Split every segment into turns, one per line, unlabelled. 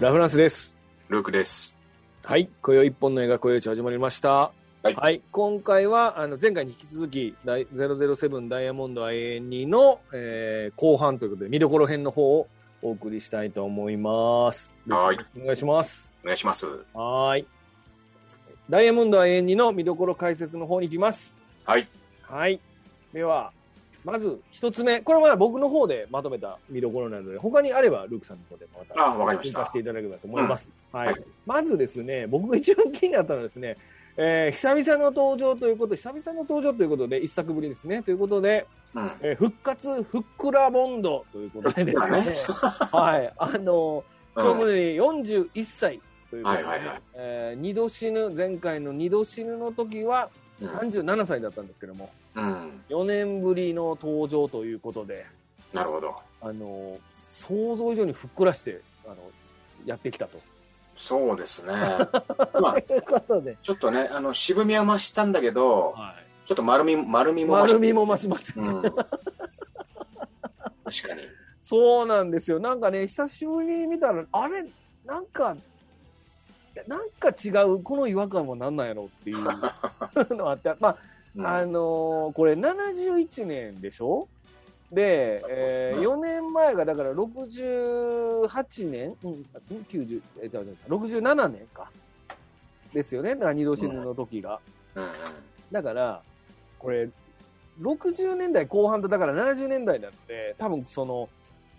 ラフランスです。
ルークです。
はい。今宵一本の映画、今宵一始まりました。
はい
今回は、あの、前回に引き続き、ダイ007ダイヤモンド永遠にの、えー後半ということで、見どころ編の方をお送りしたいと思います。
はい。
お願いします。
お願いします。
はーい。ダイヤモンド永遠にの見どころ解説の方に行きます。
はい。
はい。では、まず一つ目。これはまだ僕の方でまとめた見どころなので、他にあればルークさんの方でもまた、
あわかりました
させていただければと思います。はい、
はい
まずですね、僕が一番気になったのはですね、えー久々の登場ということ、久々の登場ということで、一作ぶりですね。ということで、
うん。
えー復活、ふっくらボンドということでですね。はい。あのちょうどね、41歳ということで、
はいはいはい
えー二度死ぬ、前回の二度死ぬの時は
うん
37歳だったんですけども、
うん。
4年ぶりの登場ということで、
なるほど。
あの想像以上にふっくらして、あのやってきたと。
そうですね。ま あ、
ということで、
ちょっとね、あの、渋みは増したんだけど、ちょっと丸み、丸みも増し
丸みも増します。
うん。確かに。
そうなんですよ。なんかね、久しぶりに見たら、あれ、なんか、なんか違う、この違和感は何なんやろうっていうのあって、 まあ、
うん
あのーこれ71年でしょで、え
うん
4年前がだから68年、うん、90えじゃあじゃあ67年かですよねだから二度死ぬの時が、
うんうん
だからこれ60年代後半とだから70年代なので多分その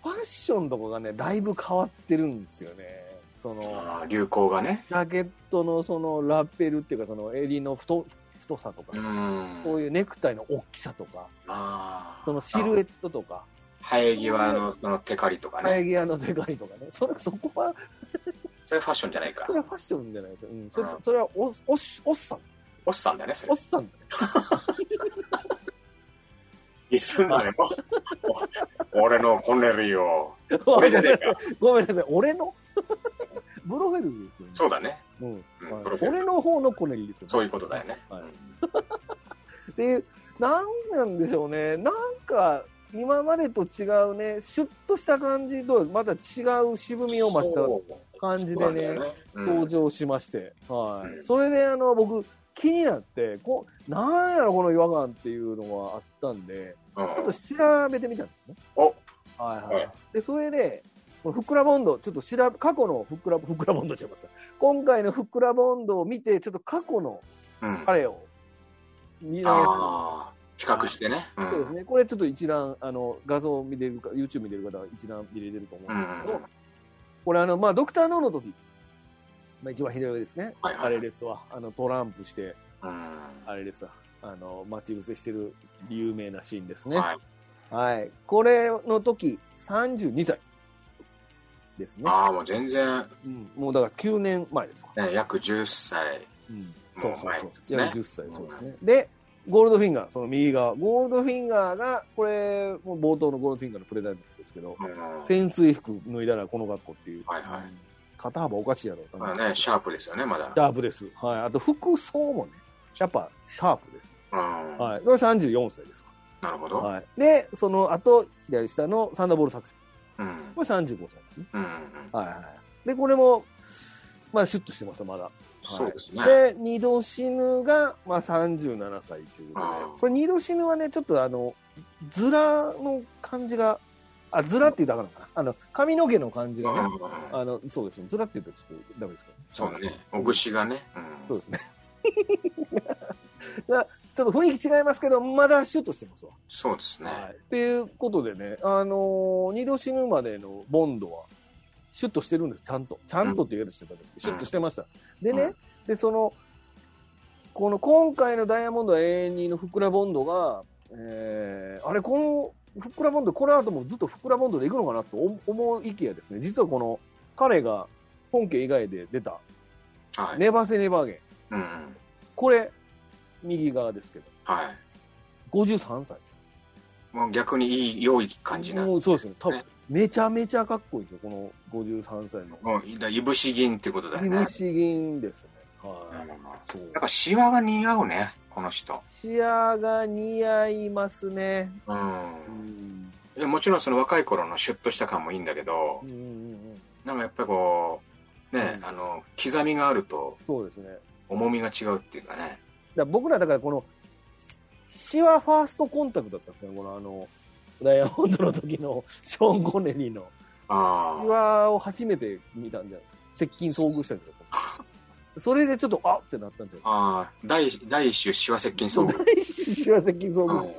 ファッションとかがねだいぶ変わってるんですよねその
あー流行がね。
ジャケットのそのラッペルっていうかその襟の太太さとか、
うん。
こういうネクタイの大きさとか、
あ
そ
あ。
のシルエットとか、
生え際の、そのテカリとか
生え
ね。
際のデカいとかね、それそこは、
それファッションじゃないか
そ。れはファッションじゃないですよ。うん、それ
うん
それはおおっしおっさん、
おっさんだよね、そ
お
れ
っ。さんだね。
いすんなよ。俺のこねるよ。俺じゃねえか。
ごめんなさい、俺の ブロフェルズですよね。
そうだね。
うん
うん
はい
ブロフェルズ
俺の方のコネリですよね。
そういうことだよね。
はい
うん
っていう、なんなんでしょうね、なんか今までと違うね、シュッとした感じと、また違う渋みを増した感じでね。登
登場
場しまして、はい、
うん
それであの僕気になってこうなんやろこの違和感っていうのはあったんでちょっと調べてみたんですね
お
はいはい、
はい
でそれでこのふっくらボンドちょっと調べ過去のふっくらふっくらボンドちゃいます今回のふっくらボンドを見てちょっと過去の
うん、あ
彼を見直
あー比較してね、うん
してですねこれちょっと一覧あの画像を見れるか YouTube 見れる方は一覧見れてると思う
うんん
ですけど、これあのまあドクター・ノーの時、まあ、一番左上ですね
はい
あ
はい
れですわ。あの、トランプして、
うん
あれですわ。あの、待ち伏せしてる有名なシーンですね。は。
はいい、
これの時、32歳ですね。
ああもう全然、
うん、もうだから9年前ですわ。
ね、約10歳
うん。そうそう
前
そう
で。
い
すね
や、10歳、そうですね。で、ゴールドフィンガー、その右側。ゴールドフィンガーが、これ、もう冒頭のゴールドフィンガーのプレゼントですけど、
うん
潜水服脱いだらこの格好っていう。
はいはい
肩幅おかしいやろ。
まあねシャープですよねまだ
シャープです。はい。あと服装もね、やっぱシャープです。
うん
はい。これ34歳です
なるほ
わ。
ど、
はい。で、その後、左下のサンダーボール作戦。
うん
これ35歳ですね。
うんうん
はいはいはい。で、これも、まあ、シュッとしてますよまだ。
そうですね、
で、二度死ぬが、まあ、37歳ということで
あ。ー
これ、二度死ぬはね、ちょっとあの、ズラの感じが、あ、ズラっていうだからかな。あの、髪の毛の感じ
うんう
が
ん
ね、
うん
あの、そうですね。ズラって言うとちょっとダメですけど。
そうだねおぐしがね、、
そううんですね。 だからちょっと雰囲気違いますけど、まだシュッとしてますわ。
そうですね、
はい。っていうことでね、あのー二度死ぬまでのボンドは、シュッとしてるんです、ちゃんと。ちゃんとって言えるしてたんですけど、シ
うん
ュッとしてました。でね、
うん
で、その、この今回のダイヤモンドは永遠にのふくらボンドが、えーあれ、このふくらボンド、この後もずっとふくらボンドでいくのかなと思思いきやですね、実はこの彼が本家以外で出た、
はい、
ネバーセネバーゲン。
うんうん
これ、右側ですけど、
はい
53歳。
もう逆にいい良い感じな
もうそうですね。多分
ね、
めちゃめちゃかっこいいですよ、この53歳の。
もうだいぶし銀ってことだよ
イ
ね
ムシギンですね。
うん
はい。そう
やっぱシワが似合うねこの人
シアが似合いますね。
う
うんん。
いやもちろんその若い頃のシュッとした感もいいんだけど
うんうんうん。
でもやっぱりこう、ね
う、ん
あの、刻みがあると
そうですね。だか
重みが違うっていうかね。
ら僕らだからこの、シワファーストコンタクトだったんですよ、このあの、ダイヤモンドの時の ショーン・コネリーの。
あ
シ
あ。
ワを初めて見たんじゃないですか。接近遭遇した んじゃないですか。それでちょっと、あってなったんじゃないですか。
ああ、第一第一種、しわ接近遭遇。
第一 種シワ接近遭遇です。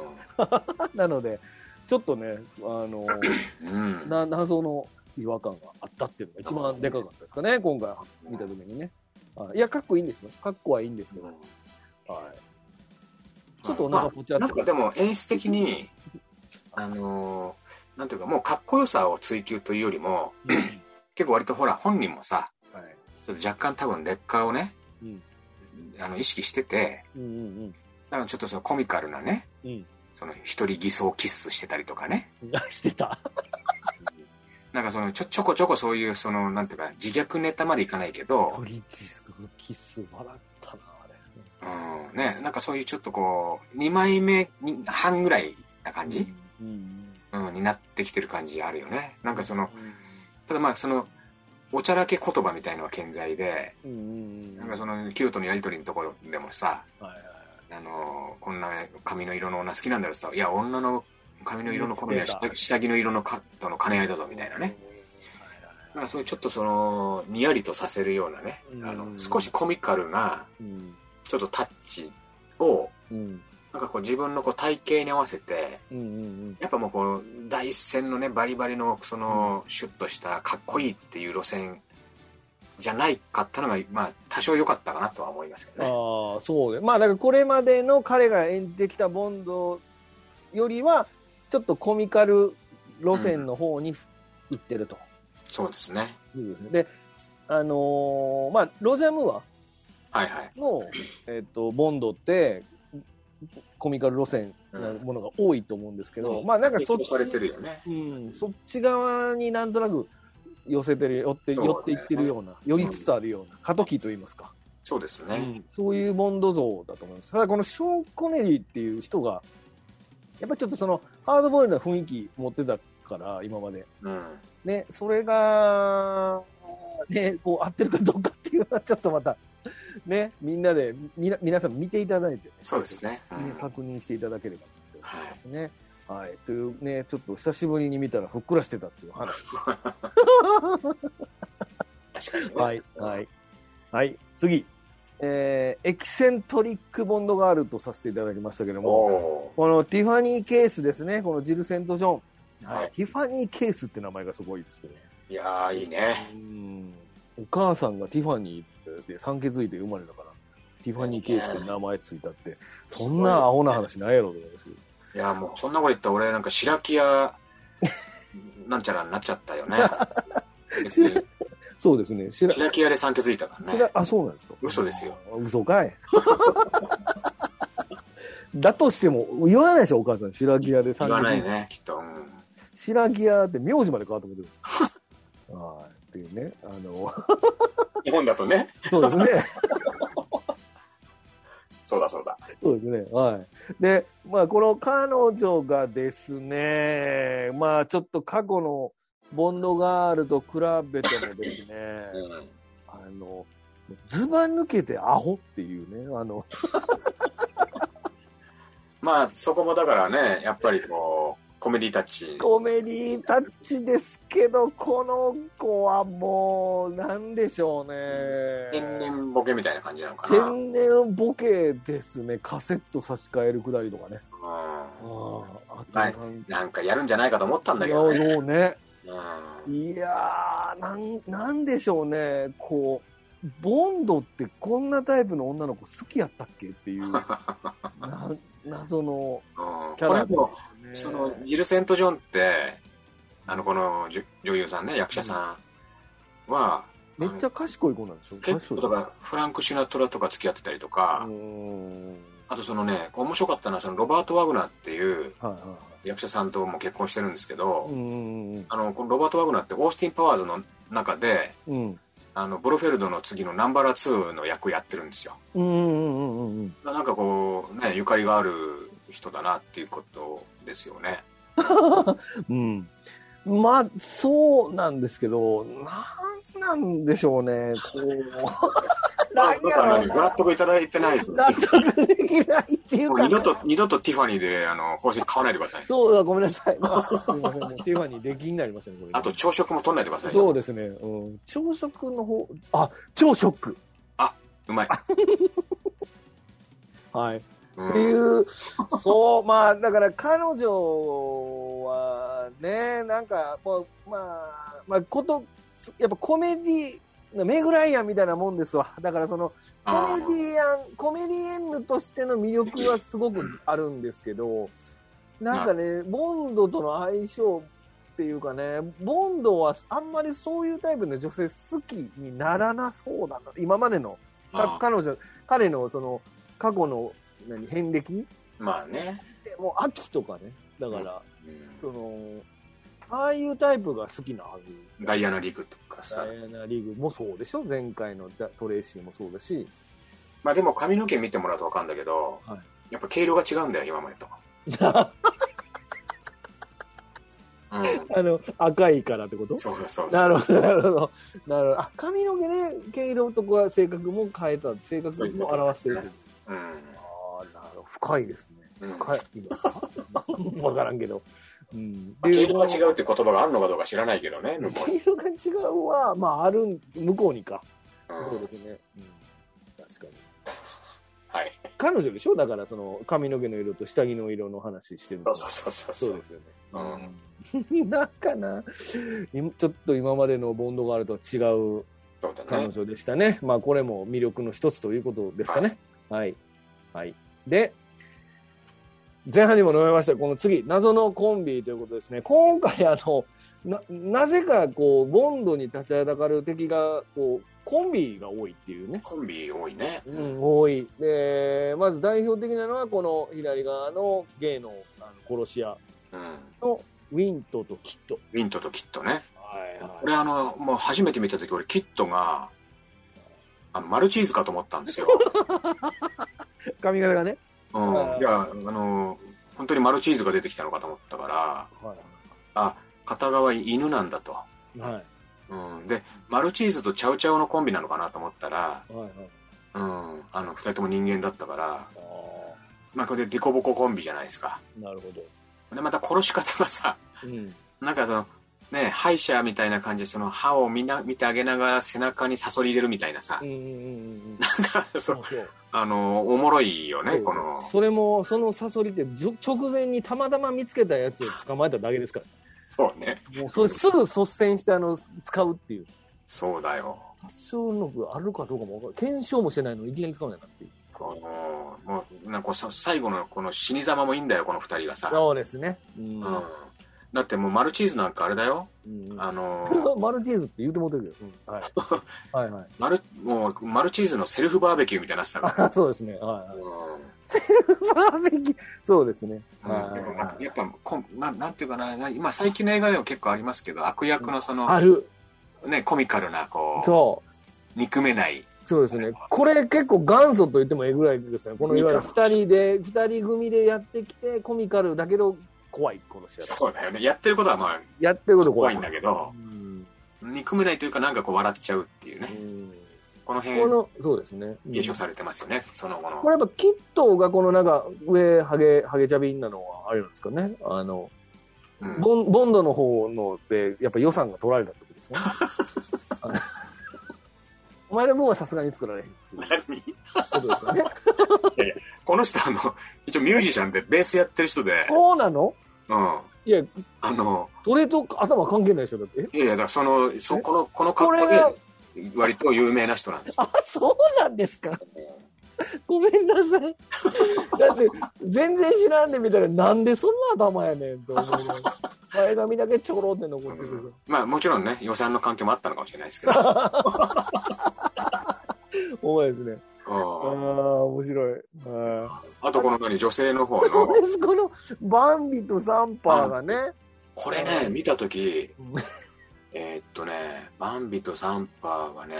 う
なので、ちょっとね、あの、
ん。
な謎の違和感があったっていうのが一番でかかったですかね、今回見た時にね。はいいや、かっこいいんですよ。かっこはいいんですけど。はい。ちょっとお腹ぽちゃっ
な
て
んかでも演出的に、あのーなんていうか、もうかっこよさを追求というよりも、
うん
結構割とほら、本人もさ、
はい。
ちょっと若干多分劣化をね、
うん。
あの、意識してて、
うんうん
だからちょっとそのコミカルなね、
うん。うん。
その一人偽装キッスしてたりとかね、
してた。
なんかそのちょ、ちょこちょこそういう、その、なんていうか、自虐ネタまでいかないけど
ト、リチスのキス笑ったな、あれ。
うん、ね、なんかそういうちょっとこう、二枚目に半ぐらいな感じ、
うんうん。
うん、になってきてる感じあるよね。なんかその、ただまあその、おちゃらけ言葉みたいのは健在で、
うんうん
なんかその、キュートのやりとりのところでもさ、
はいはい
あのこんな髪の色の女好きなんだろうって言ったらいや、女の髪の色の好みは
言って
下
た
下着の色のかとの兼ね合いだぞみたいなね。。なんかそういうちょっとその、にやりとさせるようなね、あ
う
の、
ん
少しコミカルな、
うん。
ちょっとタッチを、
うん。
なんかこう自分のこう体型に合わせて、
うんうん
やっぱもうこの第一線のね、バリバリのその、シュッとしたかっこいいっていう路線じゃないかったのが、まあ多少良かったかなとは思いますけどね。
ああ、そうね。まあ、だからこれまでの彼が演じてきたボンドよりは、ちょっとコミカル路線の方に行ってると。
そうですね。
いうことですね。で、あのーまあ、ロジャー・ムーア
はいはい。
の、えっと、ボンドって、コミカル路線なものが多いと思うんですけど、
うん
まあ、なんかそっち
影響、されてるよね。
うん、そっち側になんとなく寄せてる、寄って、
そうね
寄っていってるような、寄りつつあるような、過渡期といいますか。
そうですね。
うんそういうボンド像だと思います。ただこのショーン・コネリーっていう人が、やっぱりちょっとそのハードボイルドな雰囲気持ってたから、今まで。
うん。
ね、それが、ね、こう合ってるかどうかっていうのはちょっとまた、ね、みんなで、みな皆さん見ていただいて、
そうですね。う
ね
ん。
確認していただければと思いますね。はい。というね、ちょっと久しぶりに見たらふっくらしてたっていう話。
確かにね
はい、はい。はい、次。えーエキセントリックボンドガールとさせていただきましたけども、
お
このティファニー・ケースですね、このジル・セント・ジョン。
はい
ティファニー・ケースって名前がすごいですけどね。
ーいやー、いいね。
うん。お母さんがティファニーで産気づいて生まれたから、ティファニー・ケースって名前ついたって、そんなアホな話ないやろと思いますけど。
いやー、もうそんなこと言ったら俺なんか白木屋、なんちゃらになっちゃったよね。別に
そうですね。知ら、
白木屋で産気づいたから
知
ね
ら。、あ、そうなんですか。
嘘ですよ。
嘘かい。 だとしても、言わないでしょ、お母さん。白木屋で産
言
気づ
わ
い
ない
て
ね、きっと。うん
白木屋って名字まで変わっても てる。はい。っていうね。あの、
日本だとね。
そうです ね。
そうだそうだ。
そうですね。はい。で、まあ、この彼女がですね、まあ、ちょっと過去のボンドガールと比べてもですね、
うん。
あの、ズバ抜けてアホっていうね、あの、
まあ、そこもだからね、やっぱりこう、コメディタッチ。
コメディタッチですけど、この子はもう、なんでしょうね。
天然ボケみたいな感じなのかな。うん。
天然ボケですね。カセット差し替えるくだりとかね。ああ、あとなんか、
なんかやるんじゃないかと思ったんだ
い
け
や
どね。
そうね。
うん。
いやーなん、なんでしょうね、こう、ボンドってこんなタイプの女の子好きやったっけって いう、な謎の
うん
キャ
これ
ラ
も、
ね
そのギル・セント・ジョンってあのこのじゅ女優さんね役者さんは、
めっちゃ賢い子なんでしょ
結構とかフランク・シュナトラとか付き合ってたりとか、
うーん。
あとそのね面白かったのはそのロバート・ワグナーっていう
はいはいは
役者さんとも結婚してるんですけ
い。
ど、
うーん。
あのこのロバート・ワグナーってオースティン・パワーズの中で
うん。
あのブロフェルドの次のナンバラ2の役やってるんですよ
うんうんうんうんうん。
なんかこうねゆかりがある人だなっていうことですよね
うん。まあ、そうなんですけど、ななんでしょうね、こう。
だ
なんや
か
ろ
ら
う
ね、
な
ご納得いただいてないです。
納得できないっていう
もう
か
二。度と、二度とティファニーで、あの、方針買わないでください。
そうだ、ごめんなさい。まあ、すみません。もうティファニー出禁になりましたね、これ。
あと、朝食も取んないでください。
そうですね。うん。朝食の方、あ、朝食。
うまい。
はい。
うん
っていう、そう、まあ、だから彼女はね、なんか、もうまあ、まあ、こと、やっぱコメディ、メグライアンみたいなもんですわ。だからその、コメ
あ
デ
ー
ィアン、コメディエンヌとしての魅力はすごくあるんですけど、なんかね、ボンドとの相性っていうかね、ボンドはあんまりそういうタイプの女性好きにならなそうだな、今までの、か
あー
彼女、彼のその、過去の、何、遍歴
まあね。
でもう秋とかね、だから、
うん
その、ああいうタイプが好きなはず。
ダイアナ・リグとかさ
ダ。イアナリーグもそうでしょ前回のダトレーシーもそうだし。
まあでも髪の毛見てもらうとわかるんだけど、
はい
やっぱ毛色が違うんだよ、今まで と。うん。
あの、赤いからってこと
そうそうそう。
なるほど、なるほど。なるほど。あ、髪の毛ね、毛色とか性格も変えた、性格も表してるってことですね。あ
うん。
あ、なるほど。深いですね。
うん
深い。 わからんけど。うん。
まあ毛色が違
う。
うって言葉があるのかどうか知らないけどね、向こう
毛
に。
色が違うは、まあ、あるん、向こうにか。
うん
そうですね。うん。確かに。
はい。
彼女でしょだから、その、髪の毛の色と下着の色の話してるの
そうそうそうそう。
そう
う
ですよね。うん。 なんかな、今ちょっと今までのボンドガールとは違う
そうだ
彼
ね。
女でしたね。まあ、これも魅力の一つということですかね。はい。はい。で、前半にも述べました、この次、謎のコンビということですね。今回、あの、な、なぜか、こう、ボンドに立ちはだかる敵が、こう、コンビが多いっていうね。
コンビ多いね。
うん、多い。で、まず代表的なのは、この左側のゲイのあの殺し屋
うん。
のウィントとキット。
ウィントとキットね。
はい
これあの、もう初めて見たとき、俺、キットが、あの、マルチーズかと思ったん ですよ。
い。髪型がね。
うん。いや、あの、本当にマルチーズが出てきたのかと思ったから、
は
あ、片側犬なんだと。
い。は
うん。で、マルチーズとチャウチャウのコンビなのかなと思ったら、
い。はい。はい。
うん。あの、二人とも人間だったから、
あ
まあ、これでデコボココンビじゃないですか。
あ、なるほど。
で、また殺し方がさ、
うん。
なんかその、ね、歯医者みたいな感じで、その歯を見な、見てあげながら背中にサソリ入れるみたいなさ
う、んうんうんうん。
そう
うそう。
あの、おもろいよね、
そう
この。
それも、そのサソリってじょ直前にたまたま見つけたやつを捕まえただけですか
そうね。
ら。もうそれすぐ率先してあの、使うっていう。
そうだよ。
発症能力あるかどうかもわかる。検証もしてないのにいきなり使うんやなっていう。
この、もう、なんかさ最後のこの死に様もいいんだよ、この二人がさ。
そうですね。うん。
うん。だってもうマルチーズなんかあれだよ。
うん
あの、
マルチーズって言うてもうてるけど。うんはい。はいはい。
マル、もう、マルチーズのセルフバーベキューみたいになってたから。
そうですね。はいは
う
い。
ん
バーベキュー。そうですね。
うん
はいは
で
いは
もないんかやっぱこんな、なんていうかな、な今最近の映画でも結構ありますけど、悪役のその、
ある。
ね、コミカルな、こう、
そう。
憎めない。
そうですね。これ結構元祖と言ってもえぐらいですね。このいわゆる二人で、二人組でやってきて、コミカルだけど怖い、この試合。
そうだよね。やってることはまあ、
やってること怖
怖
い。
いんだけど
う、ん
憎めないというか、なんかこう、笑っちゃうっていう
う
ね。
ん
この辺
こ、の、そうですね。
継承されてますよね、その後の。
これやっぱキットがこのなんか上、ハゲ、ハゲチャビンなのはあれなんですかね。あの、
うん
ボンボンドの方ので、やっぱ予算が取られたってことですね。 お前の分はさすがに作られへんっていう
何
ことです よね。
この人、あの、 一応ミュージシャンでベースやってる人で、
そうなの
うん。
いや、
あの、
それと頭関係ないでしょ、だって。え
いやいや、だからその、そ
え
この、この
こ
格
れ
好
が
で、、割と有名な 人なんですよ。
あ、そうなんですか。ごめんなさい。だって、全然知らんでみたら、なんでそんな頭やねんと思うの。前髪だけちょろって残ってくる。
まあ、もちろんね、予算の関係もあったのかもしれないですけど。
多いですね。あ
う
あ、
ん
面白い。あ
あとこの何女性の方
ーそ
の
うです、このバンビとサンパーがね。
これね見た時
うん
えーっとねバンビとサンパーはね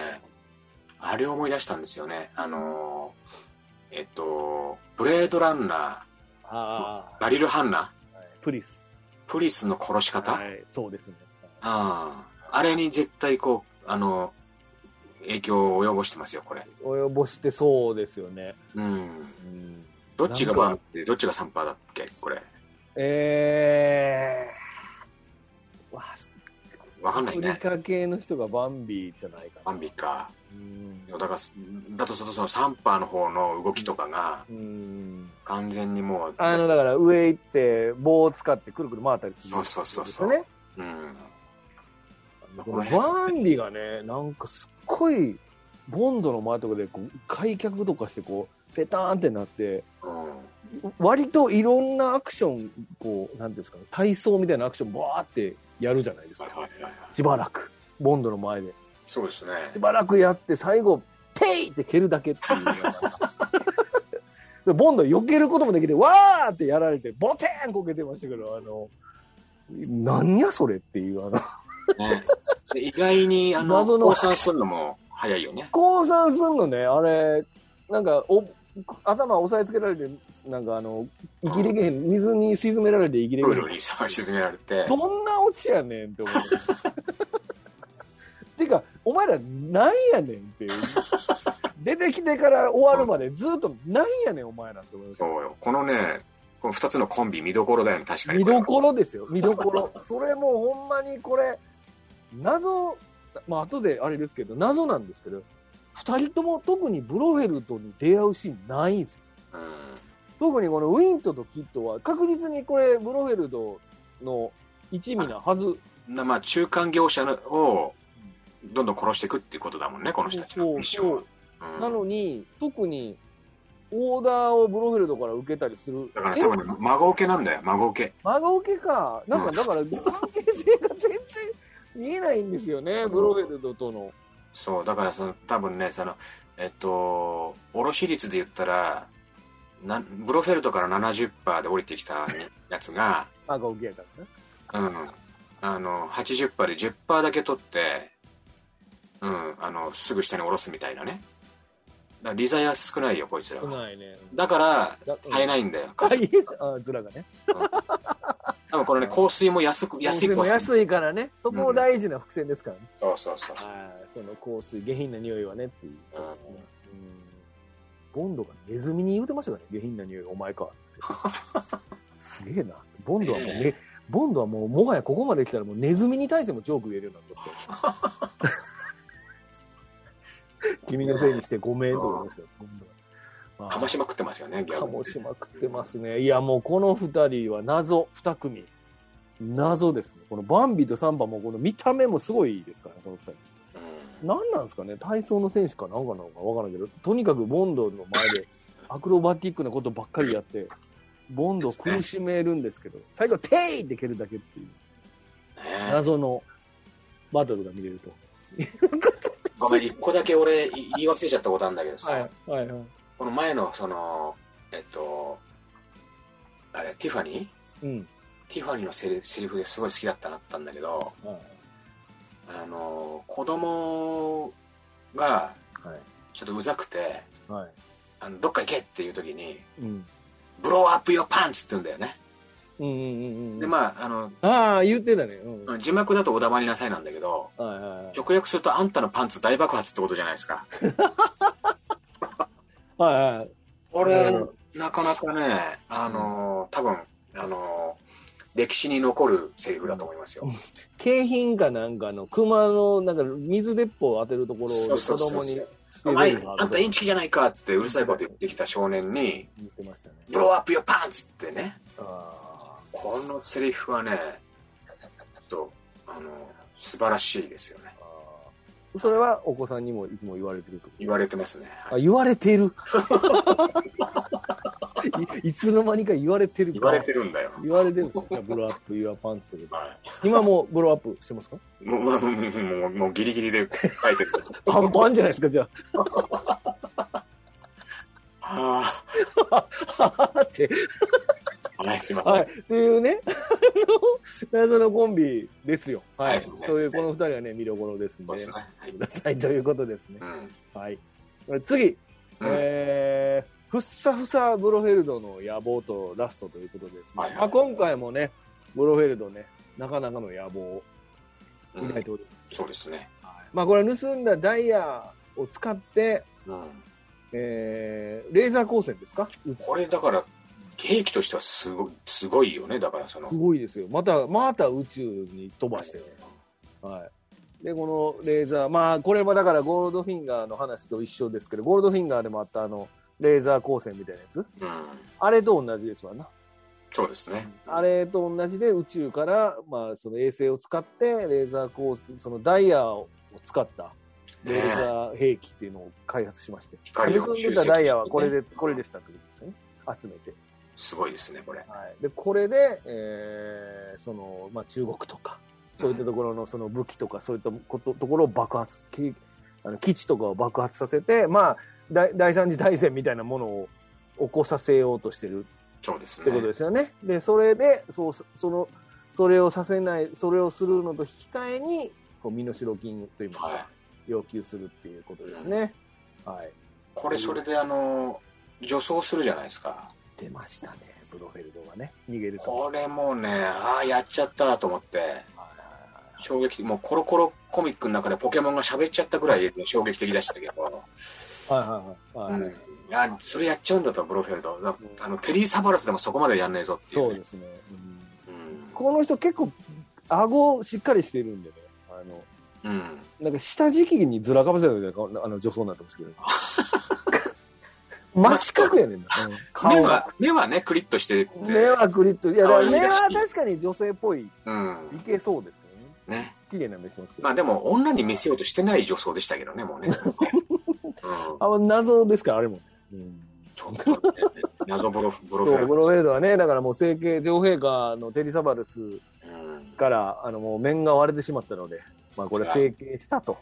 あれを思い出したんですよねあのーえっとブレードランナ
あ
ーラリル・ハンナ
あ、プリス。
プリスの殺し方、
い、そうですね。
あああれに絶対こうあの、影響を及ぼしてますよ、これ。
及ぼしてそうですよね。
うん。
うん、
どっちが
なん
バー
か
で、どっちが3%だっけ、これ。
えー、わ
わかん
ア
ない
フリ
ね。
カ系の人がバンビじゃないか
バ
な。
ンビか。
うん
だから、だとするとその3%の方の動きとかが、
うん
完全にもう、
あの、だから上行って棒を使ってくるくる回ったりするんです
そ
よ
う
ね。
そうそうそううん。
このバンビがね、なんかすっごい、ボンドの前とかでこう開脚とかしてこう、ペターンってなって、
うん。
割といろんなアクション、こう、なんていうんですかね、体操みたいなアクションバーってやるじゃないです
はいはい
か。
はいはい。
しばらく。ボンドの前で。
そうですね。
しばらくやって、最後、ていって蹴るだけっていうのが。でボンド避けることもできて、わーってやられて、ボテーンこけてましたけど、あの、何やそれっていう、あの、
ね、で意外に、あの、
謎の
降参するのも早いよね。
降参すんのね、あれ、なんかお、頭押さえつけられて、なんかあの、息できへん、水に沈められて息で
プ
き
ー
へん
ル。にさ沈められて。
どんなオチやねんって思う。 てか、お前らなんやねんっていう。出てきてから終わるまでずっとなんやねんお前らって思います。
そうよ。このね、この二つのコンビ見どころだよね、確かに。
見どころですよ、見どころ。それもうほんまにこれ、謎、まあ後であれですけど、謎なんですけど、二人とも特にブロフェルトに出会うシーンないんですよ
ろ。うん。
特にこのウィントとキッドは確実にこれブロフェルドの一味なはず
なまあ、中間業者のを、どんどん殺していくっていうことだもんね、この人たちのミッションは。うん
なのに特にオーダーをブロフェルドから受けたりする
だから
え
多分ね、孫受けなんだよ、孫受け。
孫受けかなん
う
か
ん
だから関係性が全然見えないんですよねブロフェルドとの
そう、だからその、多分ね、その、えっと、卸率で言ったら、なんブロフェルトから70%で降りてき たやつが、
孫受けやからね
うん、あの80%で10%だけ取って、うん、あのすぐ下に下ろすみたいなねだから利ザヤ少ないよこいつら
少
は
ないね
だから
だ
買えないんだよ、
はいあズラがね
多分これね香水も安く安い
香水も
香水
安いからねそこを大事な伏線ですからね、
そうそうそう
はいその香水下品な匂いはねっていう
うん
ですねボンドがネズミに言うてましたからね、下品な匂い、お前か。 すげえな。ボンドはもう、
ね
ね、ボンドはもう、もはやここまで来たら、もうネズミに対してもジョーク言えるようになってます けど君のせいにしてごめんと思いますけど、ボンドは。まあ
かましまくってますよねギャ
か
グ
もしまくってますね。いや、もうこの二人は謎、二組。謎ですね。このバンビとサンバも、この見た目もすごいですから、この二人。
うん
何なんですかね体操の選手かなんかなのか分からんけどとにかくボンドの前でアクロバティックなことばっかりやってボンドを苦しめるんですけど最後「テイ!」って蹴るだけっていう
ねえ、
謎のバトルが見れると。
ごめん一個だけ俺い言い忘れちゃったことあるんだけどさ、
いはいはい
この前のそのえっとあれティファニー
うん
ティファニーのセリセリフですごい好きだったなったんだけど、
は
あの子供が
はい
ちょっとうざくて
いはい
あのどっか行けっていう時に
うん
「ブローアップよパンツ」って言うんだよね、
うんうんうんうん
でまああの
ああ言ってたねうんはい
字幕だと「お黙りなさい」なんだけど
はいはい
直訳すると「あんたのパンツ大爆発」ってことじゃないですか
はいはい
俺、
うん
なかなかねあの多分あの歴史に残るセリフだと思いますよ、
景品かなんかの熊のなんか水鉄砲を当てるところ
そ
を
うそう
子
そうそ
供
う
に
お前あんたインチキじゃないかってうるさいこと言ってきた少年に
言ってましたね
「ブローアップよパンツ」ってね
ああ
このセリフはね、えっと、あの、素晴らしいですよね。
あーそれはお子さんにもいつも言われてると。
言われてますね。
あ言われてる い。いつの間にか言われてるか。
言われてるんだよ。
言われてるんですよ。じゃあブローアップ、ユアパンツってこ
は
と。今もブローアップしてますか
い。もう、もう、もうもう、もうギリギリで書 いてる。
パンパンじゃないですか、じゃ
あ
あ。って。
あ、はい、すいませ ん。
はい。っていうね、あの謎のコンビですよ。は
はい
い。
そうですね
そういう、この二人はね、見どころですん
そう
で
です
ね
ね。。はい。
はい、ということですね
う。ん。
はい。次、
うん
えーふっさふさブロフェルドの野望とラストということでですね、
はいはい
まあ、今回もね、ブロフェルドね、なかなかの野望を
う
抱い
ん
ております、
そうですね。
はいまあ、これは盗んだダイヤを使って、
うん、
えーレーザー光線ですかう
これだから兵器としてはすごいすごいよねだからその
すごいですよ。また、また宇宙に飛ばしてね。はい。で、このレーザー、まあ、これもだからゴールドフィンガーの話と一緒ですけど、ゴールドフィンガーでもあったあの、レーザー光線みたいなやつ。
うん、
あれと同じですわな。
そうですね
あれと同じで宇宙から、まあ、その衛星を使って、レーザー光線、そのダイヤを使った
ね
レーザー兵器っていうのを開発しまして。
光を
結んでたダイヤはこれで、これでしたってことですよね。集めて。
すごいですねこれ
はい、でこれで、えーそのまあ、中国とかそういったところのその武器とかそういったことところを爆発きあの基地とかを爆発させて、まあ、第第三次大戦みたいなものを起こさせようとしてる
そうです
って
ね
ことですよね。でそれでそうそのそれをさせないそれをするのと引き換えにこう身代金といいますか、
はい
要求するっていうことですね。はい、
これそれであの女装するじゃないですか
出ましたねブロフェルドがね逃げると。
これもうねああやっちゃったと思って
はい
衝撃的もうコロコロコミックの中でポケモンが喋っちゃったぐらい衝撃的でしたけど、
はいはいは
う
い、
ん、あそれやっちゃうんだとブロフェルドだあのテリー・サバラスでもそこまでやんねえぞってい,、
そうう
ね
ですね。うん
うん
この人結構顎をしっかりしてるんでねあの
うん、
なんか下敷きにずらかぶせたみたいな顔あの女装になってます けど真四角やねんなうん
目
顔が
は目はねクリッとしてて、
目はクリッといやだから目
可愛いらしい
は確かに女性っぽいい
うん
けそうですけどね
ね、
綺麗な目しますけど、
まあでも女に見せようとしてない女装でしたけどね もうね、うん
あ謎ですからあれも、うん
ちょっとね、謎ブロフブロフ
そうブロフェ
ェル
ルドはねだからもう整形女王陛下のテリサバルス
ドうん、
からあのもう面が割れてしまったので、まあ、これは整形したと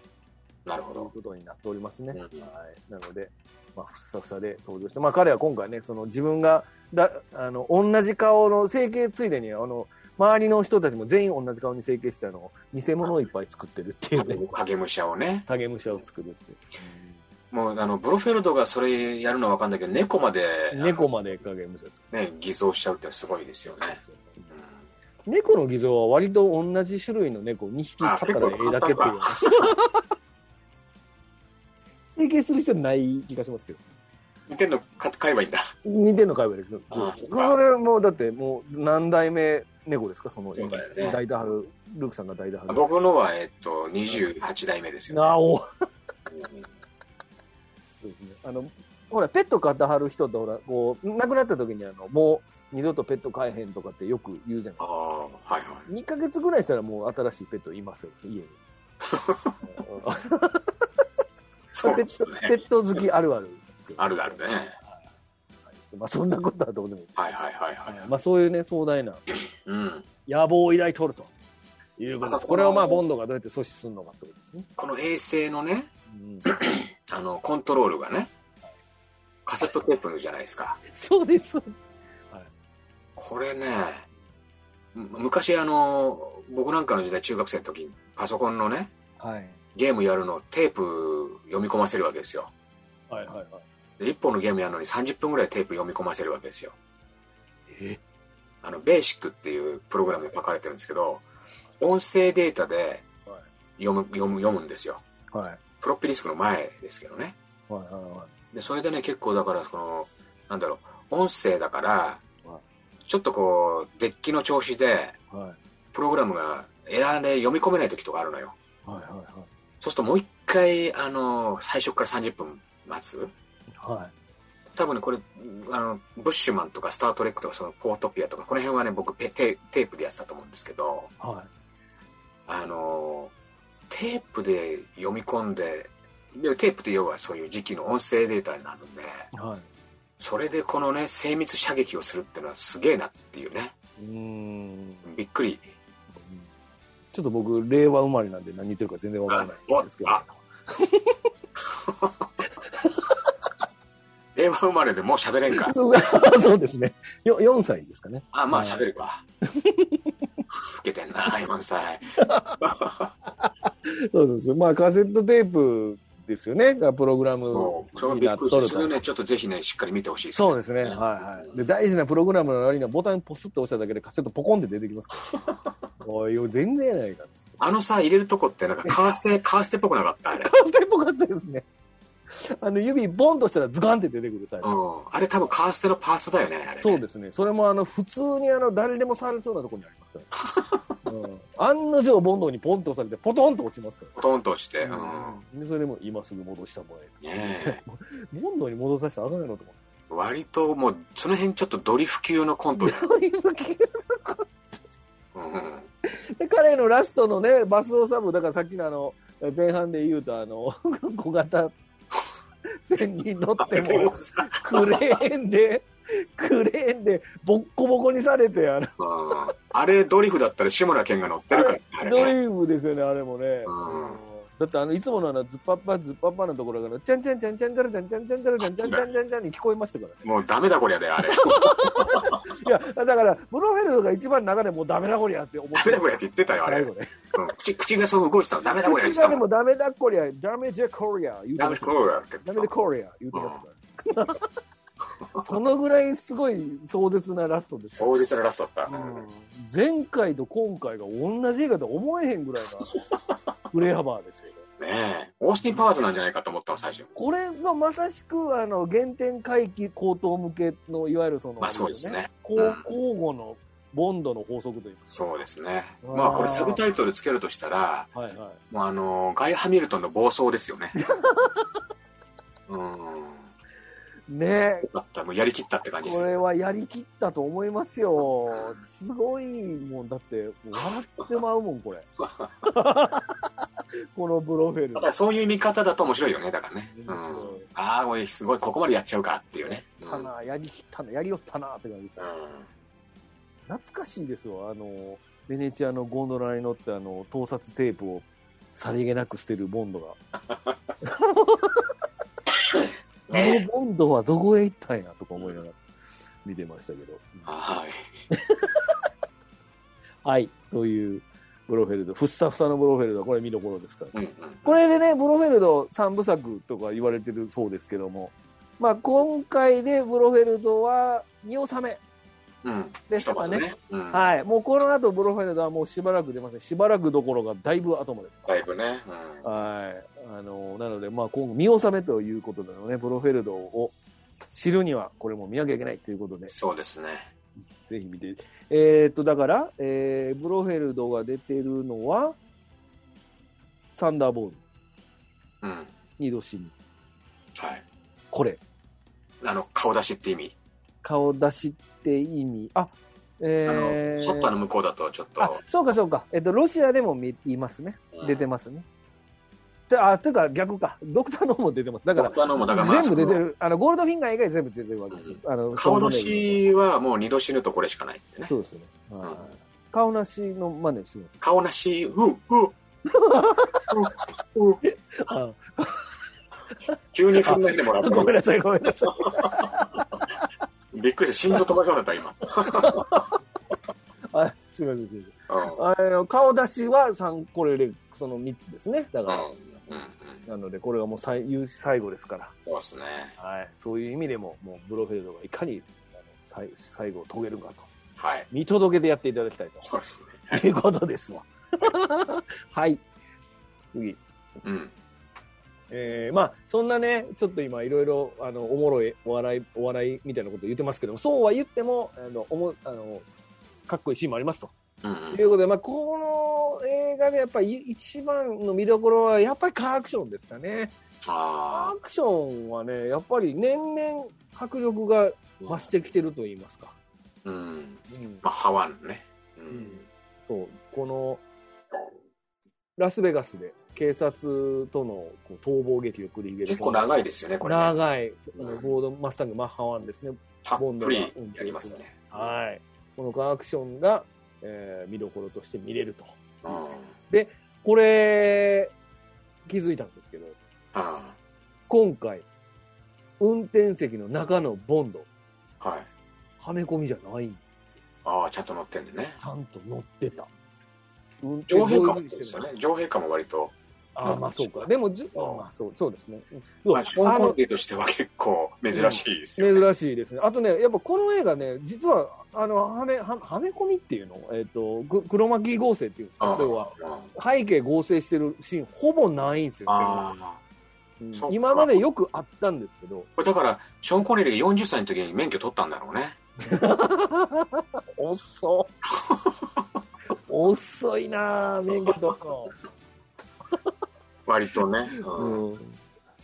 なるほ
という
ど、
ことになっておりますね。
うん
はい、なので、まあ、ふさふさで登場して、まあ、彼は今回ね、その自分がだあの同じ顔の整形ついでにあの周りの人たちも全員同じ顔に整形したのを偽物をいっぱい作ってるっていうね、
影武者をね
影武者を作るっていう、
もうあのブロフェルドがそれやるのは分かんないけど猫まで、
猫まで影武者を作
ね、偽造しちゃうってのはすごいですよ
る、
ね、
猫の偽造は割と同じ種類の猫2匹飼ったらええだけっていうね整形する必要ない気がしますけど。
うん、似てんのか買えばいいんだ
似てんの買えばいいけど、
あ
そうそれもうだってもう何代目猫ですかその
そうだよね
代打春ルークさんが代打春
僕のは、えっと、28代目です
な
よ、
お
ね。うん
そうですねあのほらペット飼ってはる人ってほらこう亡くなった時にあのもう二度とペット飼えへんとかってよく言うじゃない
ああ、はいは
2ヶ月ぐらいしたらもう新しいペットいますよ家にあ
い。 そう
ペ
です
ット
よ
ペ
ね。
ット好きあるあるですけど
あるあるね。
まあそんなことはどうでもいい
はいはいはいはい。
まあそういうね壮大な
うん。
野望を抱いとるということですこれをまあボンドがどうやって阻止するのかってことですね
この衛星のね、
うん
あの、コントロールがね、カセットテープじゃないですか。
そうです、そうです。
これね、む昔あの、僕なんかの時代中学生の時にパソコンのね、
はい。
ゲームやるのをテープ読み込ませるわけですよ。
はいはいはい。
で1本のゲームやるのに30分ぐらいテープ読み込ませるわけですよ。
え
あの、ベーシックっていうプログラムで書かれてるんですけど、音声データで
はい
読む、読む、読むんですよ。
はい。
プロッピーディスクの前ですけどね。
はいは
で、それでね、結構だから、この、なんだろう、音声だから
は、
ちょっとこう、デッキの調子で、
いはい。はい
プログラムがエラーで読み込めない時とかあるのよ。
はいはい
そうするともう一回、あの、最初から30分待つ
はい。はい。
多分ね、これ、あの、ブッシュマンとかスタートレックとか、その、ポートピアとか、この辺はね、僕ペテ、テープでやってたと思うんですけど、
は
あのテープで読み込んででテープって要はそういう時期の音声データになるんで
い。は
それでこのね精密射撃をするってのはすげえなっていうね
い。うーん。
びっくり
ちょっと僕、令和生まれなんで何言ってるか全然わからないんですけど。
あ令和生まれでもう喋れんか
そうですね。よ4歳ですかね。
あまあ
はい
喋るか老けてんな今のさ
そうそうそう。まあ、カセットテープですよね、がプログラム
そうそれは
に
び
な
っ
っ
くりし
と
た
る
そ
か
れを
ら。
ねちょっとぜひねしっかり見てほしいですね
そうですね、はいはい。で、大事なプログラムの割にはボタンポスッと押しただけでカセットポコンって出てき ますから。おい、全然やないかっつって。
あのさ入れるとこってなんかカーステ カーステっぽくなかったあれ、
完全っぽかったですね。あの、指ボンとしたらズカンって出てくるタイプ
う。ん、あれ多分カーステのパーツだよねあれね
そうですね。それもあの、普通にあの、誰でも触れそうなところにありますから。うん、案の定ボンドにポンと押されてポトンと落ちますか
ポトンと落ちて、
ら、
うん
でそれでも今すぐ戻したま
ねえ
えボンドに戻させたらあかんやろと思って
割ともうその辺ちょっとドリフ級のコント だよ、 うん
で彼のラストのね、バスオサブ、だからさっきのあの、前半で言うと、あの、小型船に乗って
で
も
も、さ、
クレーンで、クレーンで、ボッコボコにされて、あの、
うんあれドリフだったら志村けんが乗ってるからねあれ
ド
ね
リームですよね、あれもね。
うん
だってあのいつものあのズッパッパズッパッパのところからチャンチャンチャンチャンチャンチャンチャンチャンチャンチャンチャンチャンチャンチャンに聞こえましたからね
もうダメだこりゃであれ
いやだからブロフェルドが一番の中でもうダメだこりゃって思っ
ダ
て
メだこりゃって言ってたよあれ、
最
う
後ね
ん口口がそう動いてたのダメだこりゃ言っ
口
てた
がで
もん
もダメだこりゃダメじゃこりゃ言うて
ダ
ま
メ
し
だ
た
こりゃって言って
ダ
た
メでこりゃ言うてましたから そのぐらいすごい壮絶なラストですよ
壮絶なラストだった、
前回と今回が同じ映画と思えへんぐらい の振れ幅ですよね
ねえオースティン・パワーズなんじゃないかと思ったの最初
これぞまさしくあの原点回帰高等向けのいわゆるその、
まあそうですね
こう
うん
交互のボンドの法則というか
そうですね
あー
まあこれサブタイトルつけるとしたら
はいはい
もうあのガイ・ハミルトンの暴走ですよねうん
ね
よかったもうやりきったって感じで
こ
す
れはやりきったと思います よすごいもんだってもう笑ってまうもんこ れこのブロフェル
ただそういう見方だと面白いよねだからね、
うん
うん、ああこれすごいここまでやっちゃうかっていうね、うん
たなやりきったなやりよったなって感じですよ、懐かしいですよあのベネチアのゴンドラに乗ってあの盗撮テープをさりげなく捨てるボンドが
うん
あの
ね
ボンドはどこへ行ったんやとか思いながら見てましたけど。
はい
はい。というブロフェルド。ふっさふさのブロフェルドはこれ見どころですから。
うんうん
これでね、ブロフェルド3部作とか言われてるそうですけども、まあ今回でブロフェルドは見納め
うん
でしたかね。
うん、
はい。もうこの後ブロフェルドはもうしばらく出ません。しばらくどころがだいぶ後まで。
だいぶね、うん
はい。あの、なのでまあ今後見納めということでのね、ブロフェルドを知るにはこれも見なきゃいけないということで、
そうですね
ぜひ見て。えーっと、だから、えーブロフェルドが出てるのは、サンダーボール、
うん
二度死に、
はい
これ、
あの顔出しって意味、
顔出しって意味、あ、え
あ
ー
のホッパーの向こうだとちょっ
あ
と、
そうかそうか、えっと、ロシアでも見いますね。出てますね。であ、というか逆か、ドクターノーも出てます。だ
だ
か
から
ら、
ドクターノーもだからまあ
全部出てる、あの、ゴールドフィンガー以外全部出てるわけですよ。あの、
顔出
シーン
しはもう二度死ぬとこれしかないってね
そうですね。はい顔なしの真似をします。
顔なしううう 急に踏んだりでもらっ
ごめんな
た
さい、ごめんなさい。
びっくりした心臓止まりそうだった今、
あ、すみません、すみません。
うん
あの顔出しは三これでその3つですねだ
う
か
ん
ら、
うんうん、
なのでこれがもう最有最後ですから、
そうですね
はい、そういう意味でももうブロフェルドがいかにあの最最後を遂げるかと
はい
見届けてやっていただきたい
そうですね
ということですわはい次
うん
えーまあそんなねちょっと今いろいろあのおもろいお笑いお笑いみたいなこと言ってますけどもそうは言ってもあのおもあのかっこいいシーンもありますと
うんう
と
ん
いうことで、まあ、この映画でやっぱり一番の見どころはやっぱりカーアクションですかね。カ
あ
ーアクションはね、やっぱり年々迫力が
ー
増してきてると言いますか。
うん
うん
まあハワンねう
うん
ん、
そう、このラスベガスで警察とのこう逃亡劇を繰り広げる。
結構長いですよねこれね
長い、あの
うん
ゴードン・マスタング・マッハワンですね。
たっぷりやりましたね
はい。このカーアクションが、えー見どころとして見れると。
うんうん
これ、気づいたんですけど、
は
今回、運転席の中のボンド、
い
はめ込みじゃないんですよ。
ああちゃんと乗ってんでね
ちゃんと乗ってた。運
上
どう
陛
い
下
うふう
も
にして
で
る
すよね上陛下も割と
ああ、まあそうか。でも、じまあ、そうそうですね。うん
まあ、香港例としては結構珍しいですよね。
珍しいですね。あとね、やっぱこの映画ね、実は、あの、はめ、ははめ込みっていうのえっ、と、く黒巻き合成っていうんです
あ
か、
あ
それは。背景合成してるシーン、ほぼないんですよ、
ああ
うん
そうか
今までよくあったんですけど、
これだから、ショーン・コネリーが40歳の時に免許取ったんだろうね。
遅 遅いなぁ、免許取るの。
割とね。 うん
うん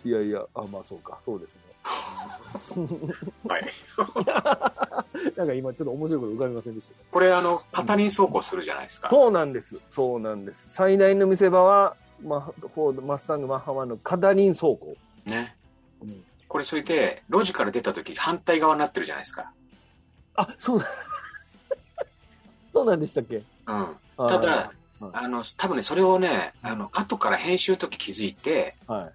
いやいや、あ、まあそうか、そうですね。
はい。
なんか今ちょっと面白いこと浮かびませんでした。
これ、あの、片輪走行するじゃないですか。
そうなんです。そうなんです。最大の見せ場は、まあ、フォード、マスタング、マッハマンの片輪走行。
ね
うん。
これ、それで、路地から出た時、反対側になってるじゃないですか。
あ、そうだ。 そうなんでしたっけ
うん。
あー
ただ、
はい
あの、多分ね、それをね、あの、後から編集の時気づいて、
は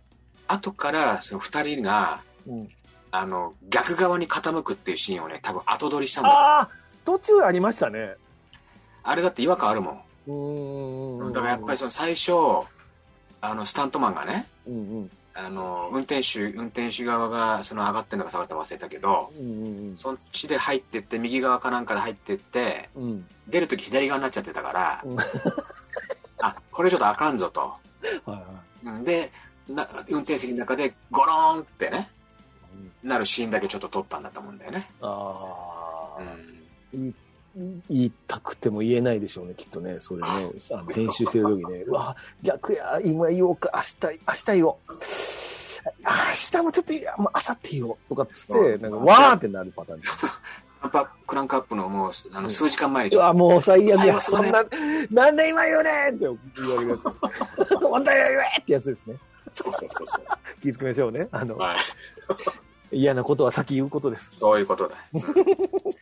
後から、その二人が、
い。うん、
あの、逆側に傾くっていうシーンをね、多分後撮りしたんだ。あ
ああ、途中ありましたね。
れだって違和感あるもん。
うーん。
だからやっぱりその最初、あの、スタントマンがね、
り、うんうん。
あの、運転手、運転手側が、その上がってるのか下がってるのか忘れたけど、
うんうん
そっちで入ってって、右側かなんかで入ってって、
うん。うん。
出るとき左側になっちゃってたから、
うん
あ、これちょっとあかんぞと。
はいは
うんで、な運転席の中でゴローンってね、
い。うん
なるシーンだけちょっと撮ったんだと思うんだよね。
ああ
う、ん。
言いたくても言えないでしょうね、きっとね、それ ね、あの編集してる時ね、うわ、逆や、今言おうか、明日、明日言おう。あ明日もちょっといいや、もう明後日言おうとかっつって、なんか、わーってなるパターンです。
やっぱクランクアップのもう、あ
う
の、
ん
数時間前に
う
ちょっ
わ、もう最悪
最
や、
悪
そ
だね
んな、なんで今言うねんって言われるやつ。 本当は言えってやつですね。
と、そうそうそうそう。
気づきましょうね。あの、
はい。
嫌なことは先言うことです。
そういうことだ。うん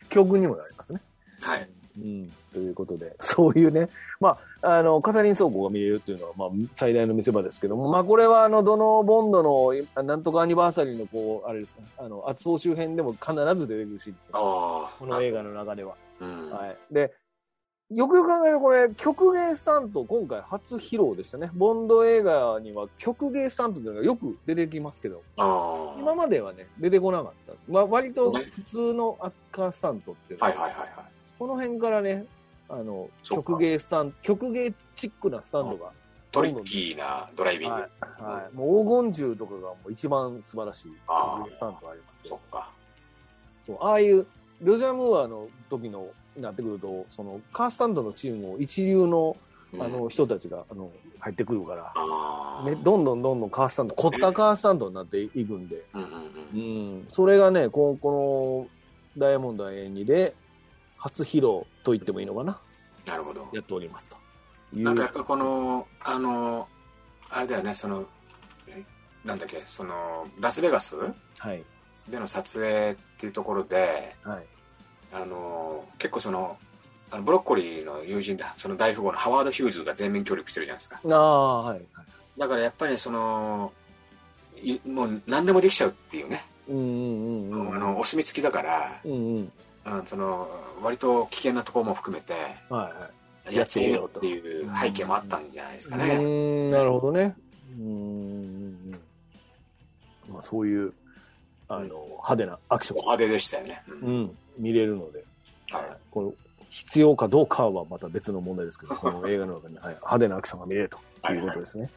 教訓にもなりますね。
はい。
うん、ということで、 そういうね、まあ、あの、片輪走行が見れるっていうのは、まあ、最大の見せ場ですけども、まあ、これは、あの、どのボンドのい、なんとかアニバーサリーの、こう、あれですか、あの、厚総周辺でも必ず出てくるシーンですよ。
ああ。
この映画の中では。
うん。
はい。で、よくよく考えると、これ、曲芸スタント、今回初披露でしたね。ボンド映画には曲芸スタントというのがよく出てきますけど、
ああ。
今まではね、出てこなかった。まあ、割と普通のアッカースタントっていうの
は
はい
はいはいはい。
この辺からね、あの、
そうか
曲芸スタンド、曲芸チックなスタンドが、
トリッキーなドライビング。
はい、はい。もう黄金銃とかがもう一番素晴らしい
あー
曲芸スタンドがありますけ
そっ
ど、
か。
そう、ああいう、ロジャー・ムーアの時の、になってくると、その、カースタンドのチームも一流の、
うん
あの、、人たちが、あの、入ってくるから、
ああ。
ね、どんどんどんどんカースタンド、凝ったカースタンドになっていくんで、
うんうん
う
うん。
ん、それがね、ここの、ダイヤモンドは永遠にで、初披露と言ってもいいのかな、
なるほど。
やっておりますと。
なんかやっぱこの、あの、あれだよね、その、えなんだっけ、その、ラスベガス
はい。
での撮影っていうところで、
はい。
あの、結構その、あのブロッコリーの友人だ、その大富豪のハワード・ヒューズが全面協力してるじゃないですか。
ああ、はい。
だからやっぱりその、いもう何でもできちゃうっていうね、
うんうんうんうん。
あのお墨付きだから、
うんうん。
うん、その割と危険なところも含めて
はいは
やってみようっていう背景もあったんじゃないですか
い。う
ね。
ーん、なるほどね。うーん。まあそういう、あの、派手なアクショ
お派手でしたよね。うん
ン。うん。見れるので。
はい
この必要かどうかはまた別の問題ですけど、この映画の中に、はい、派手なアクションが見れるということですね。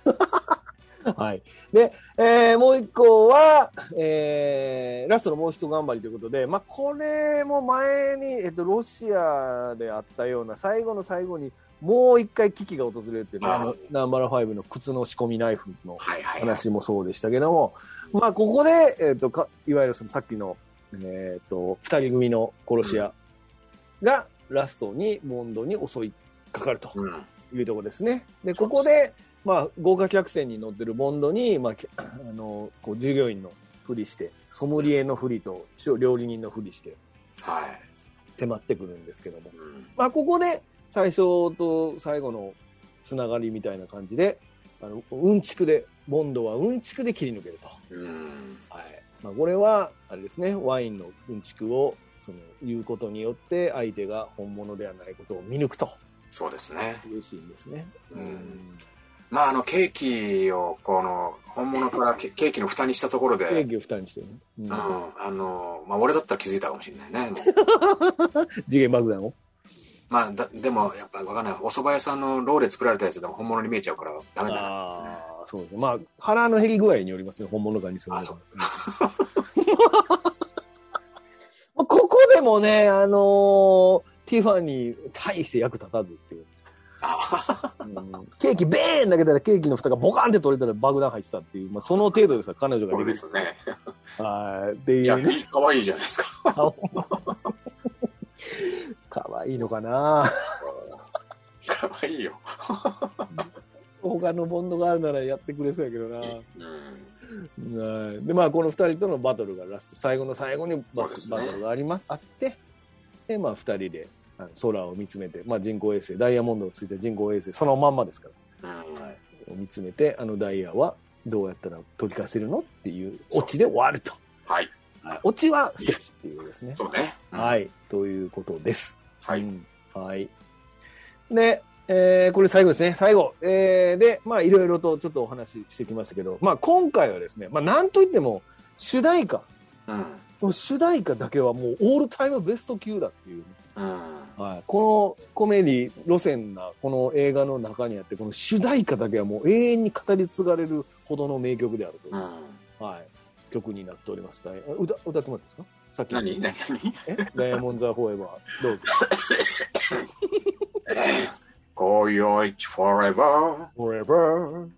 はい。で、えーもう一個は、えーラストのもう一頑張りということで、まあ、これも前に、えっと、ロシアであったような、最後の最後に、もう一回危機が訪れるっていう、
あー
あのナンバーファイブの靴の仕込みナイフの
はいはいはい。
話もそうでしたけども、まあ、ここで、えっとかいわゆるそのさっきの、えっと二人組の殺し屋がラストにボンドに襲いかかると
うん
いうところですね。で
そう
こ
です
こで、まあ、豪華客船に乗ってるボンドに、まあ、け あのこう従業員のふりしてソムリエのふりと料理人のふりして
はい
迫ってくるんですけども。
うん
まあ、ここで最初と最後のつながりみたいな感じで、あのうんちくで、ボンドはうんちくで切り抜けると。
うん
はいまあ、これは、あれですね、ワインのうんちくをその言うことによって、相手が本物ではないことを見抜くと
そうですね。
いうシーンですね。
うんまあ、あの、ケーキを、この、本物からケケーキの蓋にしたところ
ケ
で
ー、キを蓋にしてね、うん
うん、あの、まあ、俺だったら気づいたかもしれないね。もう
次元爆弾を。
まあ、だでも、やっぱわかんない。お蕎麦屋さんのローで作られたやつでも本物に見えちゃうから、ダメだな。
ああ、そうですね。まあ、腹の減り具合によりますね、本物か偽物か。まあここでもね、あのーティファニー、大して役立たずっていう。
あ
うんケーキ、ベーン投げたらケーキの蓋がボカンって取れたら爆弾入ってたっていう、まあ、その程度でさ、彼女が
そう
で
で
きる。
すね。
はい。って
い
い
や
うね。、
可愛いじゃないですか。
可愛いのかな
可愛いよ。
他のボンドがあるならやってくれそうやけどな。
うん。
はい、でまあこの2人とのバトルがラスト最後の最後にバス、
そう
バ
ですね
トルがありまあってでまあ2人であの空を見つめて、まあ、人工衛星ダイヤモンドをついた人工衛星そのまんまですから
うん
はいを見つめてあのダイヤはどうやったら取り返せるのっていうオチで終わると、
はい。
はい、オチはステージっていうことですね、
そうね。うん
は。いということです
は
う
い。
んはい。で、えーこれ最後ですね。最後。えーで、まあ、いろいろとちょっとお話ししてきましたけど、まあ、今回はですね、まあ、なんといっても、主題歌。
うん。
主題歌だけはもうオールタイムベスト級だっていうね、
うん。
はい、このコメディ路線なこの映画の中にあってこの主題歌だけはもう永遠に語り継がれるほどの名曲であるというう、
ん。
はい、曲になっております。ダイヤ歌歌ってもらっていいですかさっきの
何何何
えダイヤモンド・ザ・フォーエバーどうぞ。
今宵一 forever,
フォーエバー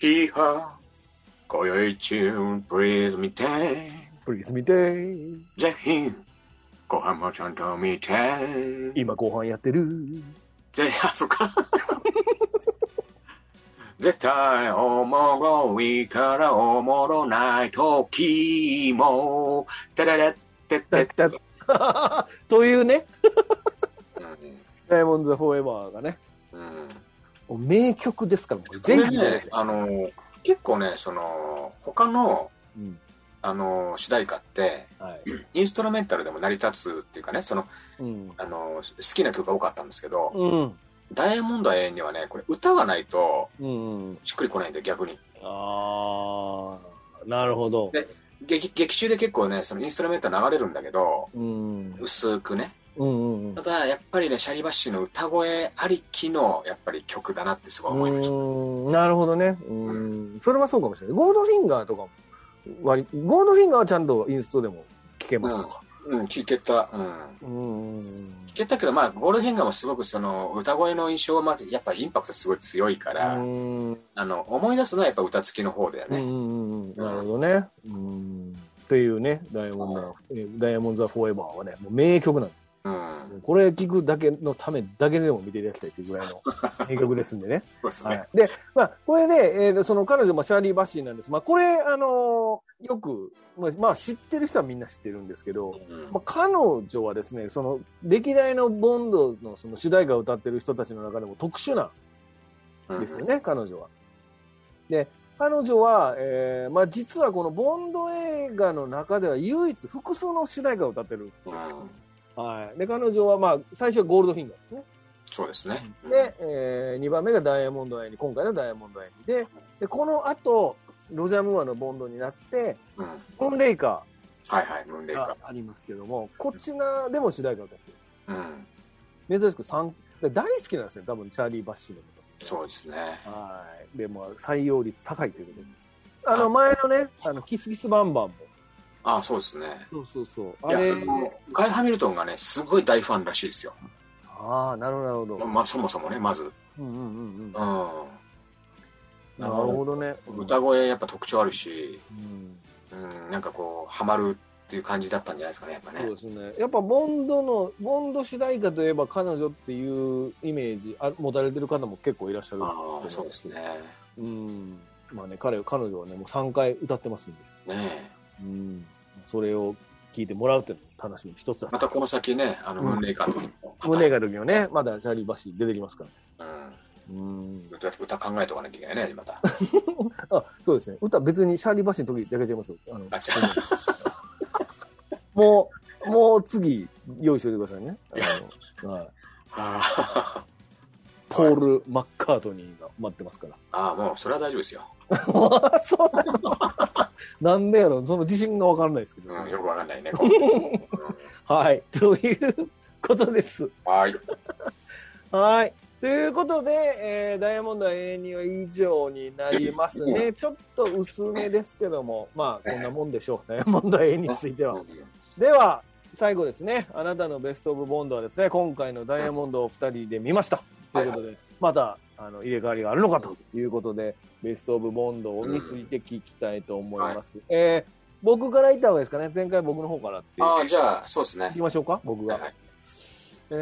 here. 今宵一 please 見て。
プリズミデイ
ぜひ、ご飯もちゃんと見て。
今後半やってる
ぜ ひ、あ、そっか。絶対おもろいからおもろない時も。てれれってってって。
というね
うん
ダイヤモンド・ザ・フォーエバーがね
うん
もう名曲ですからこれ
こ
ぜ
れ
ひ、
ね、あの、結構ね、その、他の、
うん
あの、主題歌って、
はい
インストラメンタルでも成り立つっていうかね、その、
うん
あの、好きな曲が多かったんですけど、
うん
ダイヤモンドは永遠にはね、これ歌がないと
うんうん
しっくりこないんで、逆に。
ああ、なるほど。
で劇劇中で結構ね、そのインストラメンタル流れるんだけど、
うん。うん
薄くね。
うんうん。
ただ、やっぱりね、シャリバッシュの歌声ありきの、やっぱり曲だなってすごい思いました。
うんなるほどね。うん。それはそうかもしれない。ゴールドフィンガーとかも割り、ゴールドフィンガーはちゃんとインストでも聞けましたか。
うん、聞けた。うん。
うんうんうん。
聞けたけど、まあ、ゴールデンガーもすごくその歌声の印象は、まあ、やっぱインパクトすごい強いから、
うん
あの思い出すのはやっぱ歌付きの方だよ
う
ね。
んうんうん、なるほどね。うん。というね、ダイヤモンド、えダイヤモンドザ・フォーエバーはね、もう名曲なんで
うん、
す。これ聞くだけのためだけでも見ていただきたいというぐらい の名曲ですんでね。
そうですね。
はい。で、まあ、これで、えーその彼女もシャーリー・バッシーなんです。まあ、これ、あのーよく、まあ、まあ、知ってる人はみんな知ってるんですけど、
うん
まあ、彼女はですね、その、歴代のボンドのその主題歌を歌ってる人たちの中でも特殊な
うん
ですよね、彼女は。で、彼女は、えーまあ、実はこのボンド映画の中では唯一複数の主題歌を歌ってるんです
う
よ。
ん
はい。で、彼女は、まあ、最初はゴールドフィンガーですね。
そうですね。
で、え2番目がダイヤモンド・アイニー、今回のダイヤモンド・アイニーで、で、この後、ロジャー・ムーアのボンドになって、
うん、うん
ムーンレイカ
はいはい、ムーンレ
ー
イカ
がありますけども、こちらでも主題歌を歌って
ー。うん、
る。珍しく3、で大好きなんですよ、多分、チャーリー・バッシーのこと。
そうですね。
はい。で、まあ、採用率高いということで。あの、前のね、あの、キスキスバンバンも。
ああ、そうですね。
そうそうそう。
い
あ
や、あ
れ、
のガイ・ハミルトンがね、すごい大ファンらしいですよ。
ああ、なるほど、なるほど。
まあ、そもそもね、まず。うん、
うんうんうんうん。な
歌
るほどね。
声やっぱ特徴あるし、
うん
うん、なんかこう、ハマるっていう感じだったんじゃないですかね、やっぱね。
そうですね。やっぱボンドの、ボンド主題歌といえば彼女っていうイメージあ持たれてる方も結構いらっしゃる。
ああ、そうですね。
うん。まあね、彼、彼女はね、もう3回歌ってますんで。
ね
う
え。
ん。それを聞いてもらうっていうのも楽しみの一つだ
またこの先ね、あの、
うん
ムーンレイカーとか
胸が時もね、まだチャーリーバッシー出てきますから。
う
う
ん、
ん。
歌歌考えとかなきゃいけないね、また。
あ、そうですね。歌別にシャーリーバッシーの時だけちゃいますよ。あの
あ、違う。
もう、 もう次、用意しておいてくださいね。あの、はい。
あー
ポポール・マッカートニーが待ってますから。
ああ、もう、それは大丈夫ですよ。
そうなのなんでやろその自信がわからないですけど、
うん、よくわかんないね、こう
はい。ということです。
うんはい。
はい。ということで、えーダイヤモンドは永遠には以上になりますね。ちょっと薄めですけども、まあ、こんなもんでしょう。ダイヤモンドは永遠については。では、最後ですね。あなたのベストオブボンドはですね、今回のダイヤモンドを2人で見ました。ということで、また、あの、入れ替わりがあるのかということで、ベストオブボンドをについて聞きたいと思います。えー僕から言った方がいいですかね。前回僕の方からっていう。
ああ、じゃあ、そうです
行
ね
き。ましょうか、僕が
はい。はい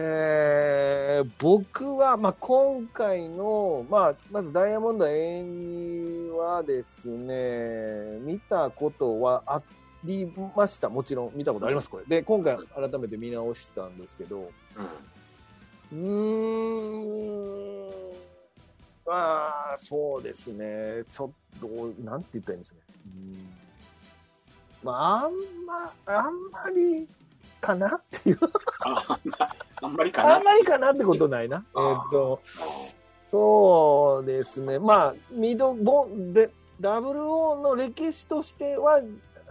えー僕は、まあ、今回の、まあ、まず「ダイヤモンドは永遠に」はですね見たことはありましたもちろん見たことありますこれで今回改めて見直したんですけど
うん
うーんまあそうですねちょっとなんて言ったらいいんですかねうんまああんまあんまりかなっていう
ああんまりかな。
あんまりかなってことないな。え
あー
ーっと、そうですね。まあ、ミド、ボン、で、ダブルオーの歴史としては、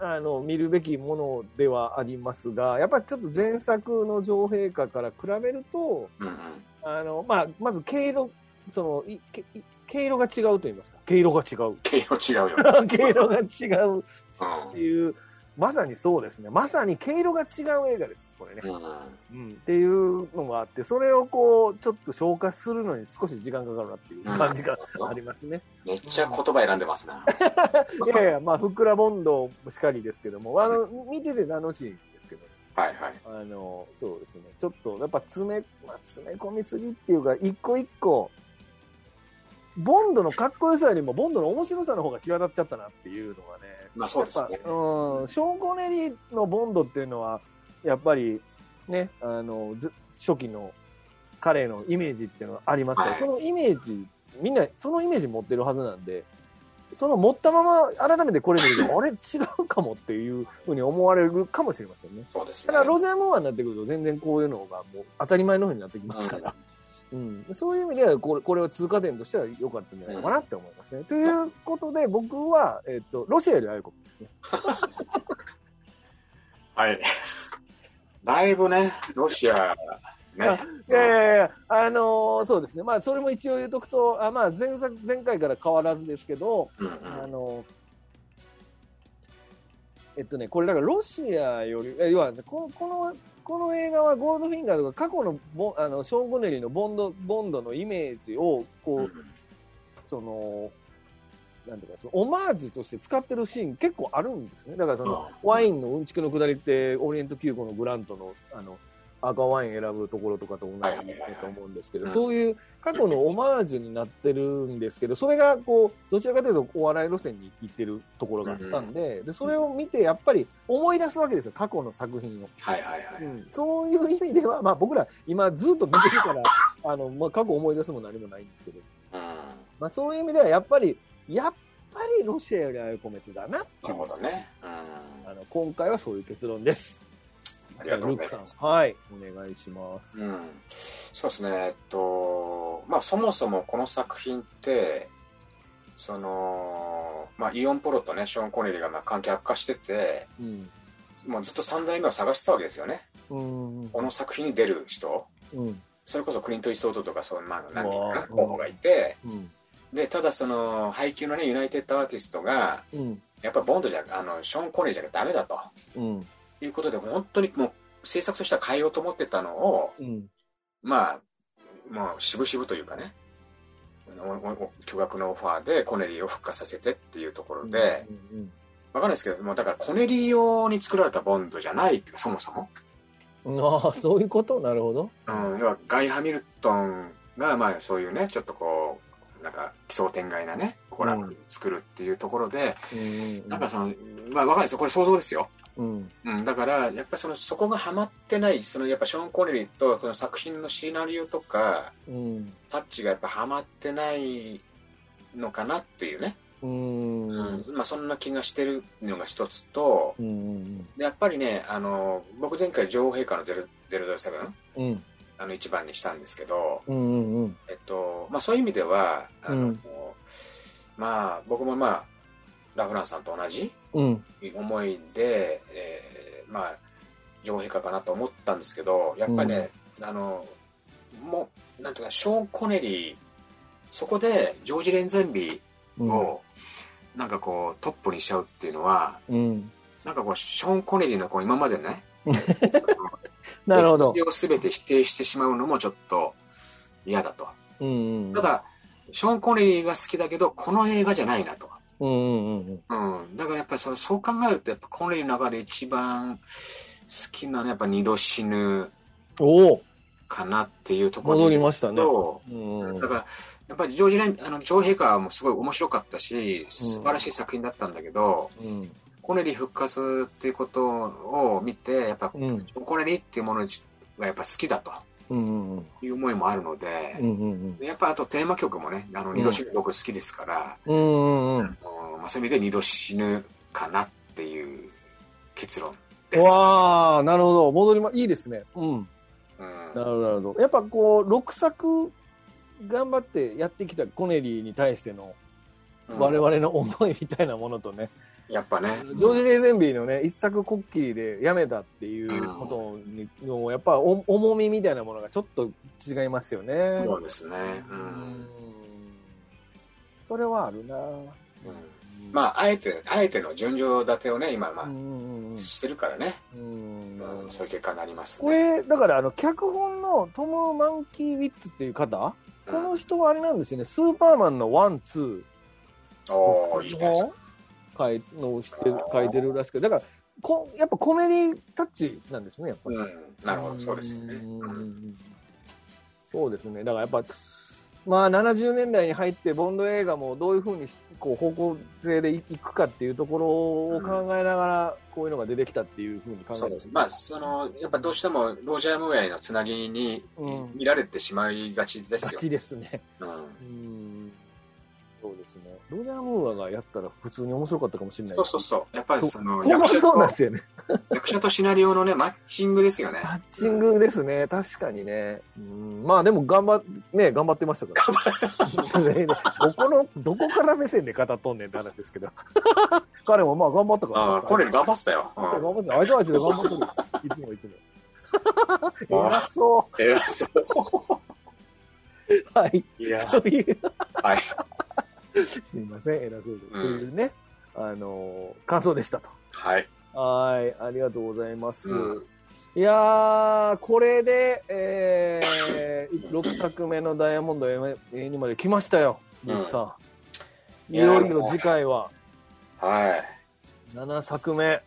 あの、見るべきものではありますが、やっぱりちょっと前作の女王陛下から比べると、
うんうん
あの、まあ、まず毛色、その、いけい毛色が違うと言いますか。毛色が違 う。
毛色違うよね。
毛色が違うっていう、まさにそうですね。まさに毛色が違う映画です、これね。
うんうん
うん、っていうのがあって、それをこう、ちょっと消化するのに少し時間かかるなっていう感じがありますね。
めっちゃ言葉選んでますな。
いやいや、まあ、ふっくらボンドもしかりですけども、あの、見てて楽しいんですけど、
はいはい。
あの、そうですね、ちょっとやっぱ詰め、まあ、詰め込みすぎっていうか、一個一個、ボンドのかっこよさよりも、ボンドの面白さの方が際立っちゃったなっていうのがね、
まあそうですね
やっ。ぱうん、ショーン・コネリーのボンドっていうのは、やっぱりね、あの、ず初期の彼のイメージっていうのはありますから、
はい
そのイメージ、みんな、そのイメージ持ってるはずなんで、その持ったまま改めてこれ見ると、あれ違うかもっていうふうに思われるかもしれませんね。
そうです
た
ね。
だ、ロジャー・モアになってくると、全然こういうのがもう当たり前のようになってきますから。うん、そういう意味ではこれ、これは通過点としては良かったんじゃないのかなって思いますね。ということで、僕は、えっと、ロシアより愛国ですね。
はい。だいぶね、ロシア、ね。
いやいやいや、あのーそうですね、まあ、それも一応言うとくと、あまあ、前作前回から変わらずですけど、
うんう
あ
ん
のーえっとね、これ、だからロシアより、え要はここの、この映画はゴールドフィンガーとか、過去のボンあのショーン・ゴネリーのボンドボンドのイメージをこう、
うん
その、なんていうか、そのオマージュとして使ってるシーン、結構あるんですね。だからその、ワインのうんちくのくだりって、オリエント急行のグラントの、あの、赤ワイン選ぶところとかと同じ
はい
だ
はいはいはい
と思うんですけど、
うん
そういう過去のオマージュになってるんですけど、それがこう、どちらかというとお笑い路線に行ってるところがあったんで、で、それを見てやっぱり思い出すわけですよ、過去の作品を。
はいはいは
う
い。
んそういう意味では、まあ僕ら今ずっと見てる から、あの、まあ過去思い出すも何もないんですけど、
うん。
まあそういう意味ではやっぱり、やっぱりロシアより愛を込めてだなって
ないる
う
ほどね。うん。
あの今回はそういう結論です。
ありがとうござい
じゃあ
ま
ルーク
す。
さん、はい、お願いします。
うん、そうですね、えっと、まあ、そもそもこの作品って、その、まあ、イオン・ポロとね、ショーン・コネリーがまあ関係悪化してて、
うん。
もうずっと3代目を探してたわけですよね。
うん。
この作品に出る人、
うん。
それこそクリント・イーストウッドとか、そう、まあ、何人か
うわ
な
ー
候補がいて、
うん。
で、ただその、配給のね、ユナイテッド・アーティストが、
うん。
やっぱボンドじゃ、あの、ショーン・コネリーじゃダメだと
うん。
いうことで、本当にもう、制作としては変えようと思ってたのを、
うん。
まあ、もう渋々というかね、おお巨額のオファーでコネリーを復活させてっていうところで、
う
わ、
ん、
かんないですけど、もうだからコネリー用に作られたボンドじゃないっていうか、そもそも。
うん。ああ、そういうことなるほど。
うん、要はガイ・ハミルトンが、まあそういうね、ちょっとこう、なんか奇想天外なね、娯楽作るっていうところで、
うん。
なんかその、まあわかんないですよ、これ想像ですよ。
うん。
うん、だから、やっぱその、そこがハマってない、そのやっぱショーン・コネリーと、その作品のシナリオとか、
うん。
タッチがやっぱハマってないのかなっていうね、
うん。
うんまあ、そんな気がしてるのが一つと
うん。うん。
でやっぱりねあの僕前回女王陛下の007
うん。
あの一番にしたんですけど、
うん。うん。
えっと、ど、まあ、そういう意味ではあの、
うん
まあ僕もまあラフランさんと同じ
うん。
思いで、えーまあ女王陛下かなと思ったんですけどやっぱりね、あのもうなんていうかショーン・コネリーそこでジョージ・レンゼンビ
うん
ー。を、なんかこうトップにしちゃうっていうのは
うん。
なんかこうショーン・コネリーのこう今までね
なるほど
歴。史を全て否定してしまうのもちょっと嫌だと。
うんうん。
た、だ、ショーン・コネリーが好きだけど、この映画じゃないなと。
うんうんうん。
うん。だからやっぱりそれそう考えると、やっぱコネリーの中で一番好きなのはやっぱ二度死ぬ
おお
かなっていうところ
戻
で
り
言う
ましたね。
と
うんうん
だから、やっぱりジョージレン、あの、ジョー陛下もすごい面白かったし、素晴らしい作品だったんだけど、
うん。
コネリー復活っていうことを見て、やっぱ
うん。
コネリーっていうものがやっぱ好きだと
うんうん
いう思いもあるので、
うん。うんうん
でやっぱあとテーマ曲もね、あの、二度死ぬ僕好きですから、
うん。うんうんうん。
うんまあ、そういう意味で二度死ぬかなっていう結論です。
わあ、なるほど。戻りま、いいですね。
うん。
うん
なるほど、なるほど。やっぱこう、6作頑張ってやってきたコネリーに対しての
うん
我々の思いみたいなものとね、
やっぱね、
ジョージ・レーゼンビーのね、一作こっきりでやめたっていうことに、のやっぱお重みみたいなものがちょっと違いますよね。
そうですね。う
うんんそれはあるな
うんまあ、あえて、あえての順序立てをね、今、ま
うんうんうん
あ、してるからね、
うん
うんそういう結果になります、ね。
これ、だから、あの、脚本のトム・マンキー・ウィッツっていう方、
う
この
ん、
人はあれなんですよね、スーパーマンのワン、ツー、
おーいいじゃないですか。
書いの知ってる書いてるらしくてだからこやっぱコメディタッチなんですねやっぱり、
うん、なるほど、そうですよね。
ん
うん
そうですねだからやっぱまあ70年代に入ってボンド映画もどういうふうにこう方向性でいいくかっていうところを考えながらこういうのが出てきたっていうふうに考え
そ
て
うで。
ます
まあ、その、やっぱどうしても、ロージャー・ムーアイのつなぎに
うん
見られてしまいがちです
ガ
よ。
チですね
うん
うんそうですねロジャー・ムーアがやったら普通に面白かったかもしれない
そうそうそう。やっぱりその、
ここが
者
そうなん
と
で、すよね
役者とシナリオのね、マッチングですよね。
マッチングですね、確かにね。うんまあでも頑張っ、ね、頑張ってましたから。ねどこの、どこから目線で語っとんねんって話です けど。彼もまあ頑張ったから。
ああ、コネリー頑張ってたよ。
頑
う
張ってた。あいつはあいつで頑張ってる。いつもいつ も。偉そ
ん。偉そう。
う。はい。
いや、
という
はい。
すみません、偉そうで。
うん
というね、あのー感想でしたと。
はい。
はい、ありがとうございます。
うん
いやー、これで、えー、6作目のダイヤモンド A にまで来ましたよ、
うん
ミクさん。
い
い
やー
よいよ次回は
は
7作目。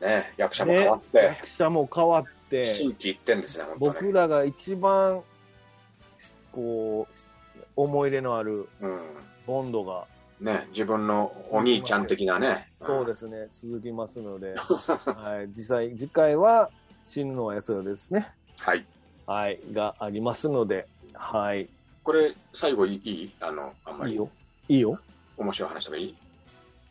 い。ね、役者も変わって、
役者も変わって、
新規一点ですね、本当に。
僕らが一番、こう、思い入れのある
うん。
ボンドが、
ね、自分のお兄ちゃん的なね。
そうですね、続きますの で、はい、実際、次回は、死ぬのは奴らですね。
す。はい。
はい、がありますので、はい、
これ、最後いいいいあの、あんま
いい
り
よ。いいよ。
面白い話とかいい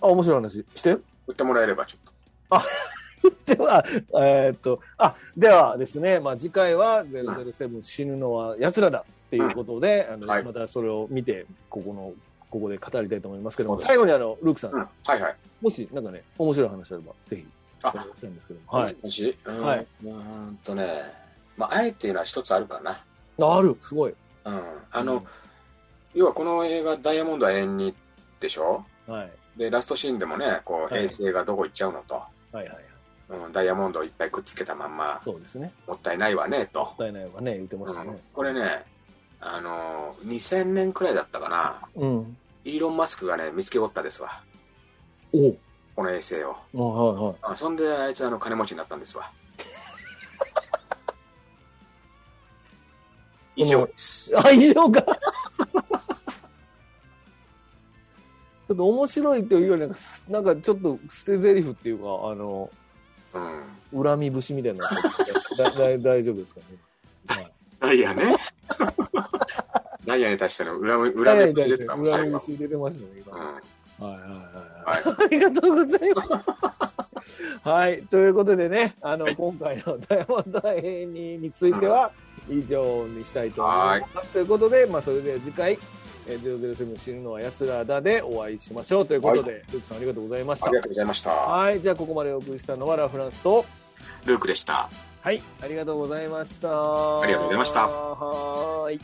あ、面白い話して よ。
言ってもらえればちょっと。
では、えーっと、あ、ではですね、まあ、次回は007死ぬのは奴らだっていうことで、あの、
はい
またそれを見て、ここの、ここで語りたいと思いますけど
そう
も、
です
最後にあの、ルークさん、
うん。はいはい。
もしなんかね、面白い話あれば、ぜひ、お願
あ、
いしたいんですけども。はい。
もし、うん
はいう
ーんとね、まあ、あえていうのは一つあるかな。
ある、すごい。
うん。あの、要はこの映画、ダイヤモンドは縁にでしょ
うん、はい。
で、ラストシーンでもね、こう、
はい
衛星がどこ行っちゃうのと、
はいはいはい。
うん、ダイヤモンドをいっぱいくっつけたまんま、
そうですね。
もったいないわね、と
も。ったいないわね、言ってました
う
ね
ん。これ。ね、あのー、2000年くらいだったかな、
うん。
イーロン・マスクがね、見つけおったですわ、
お
この衛星を。
おはいはい。
あそんで、あいつ、あの、金持ちになったんで すわ。以上です。
あ、以上か。ちょっと面白いというよりなんか、なんかちょっと捨て台詞っていうか、あの、
うん。
恨み節みたいなのだ だ大丈夫ですかね。
ダイヤ ね。ダイヤに対しての恨み、
裏
恨み口ですから、もう
恨
最
み
後。
節出てましたね、今。
うん。
はいはいはいはい。
はい。
ありがとうございます。はい、ということでね、あの、
はい
今回のダイヤモンド永遠にについては、以上にしたいと思
はい
います。ということで、まあ、それでは次回、えー、007死ぬのは奴らだでお会いしましょうということで、ルークさんありがとうございまし
あ
た
り。がとうございました。
はい、じゃあここまでお送りしたのはラ・フランスと、
ルークでした。
はい、ありがとうございました。
ありがとうございました
はーい。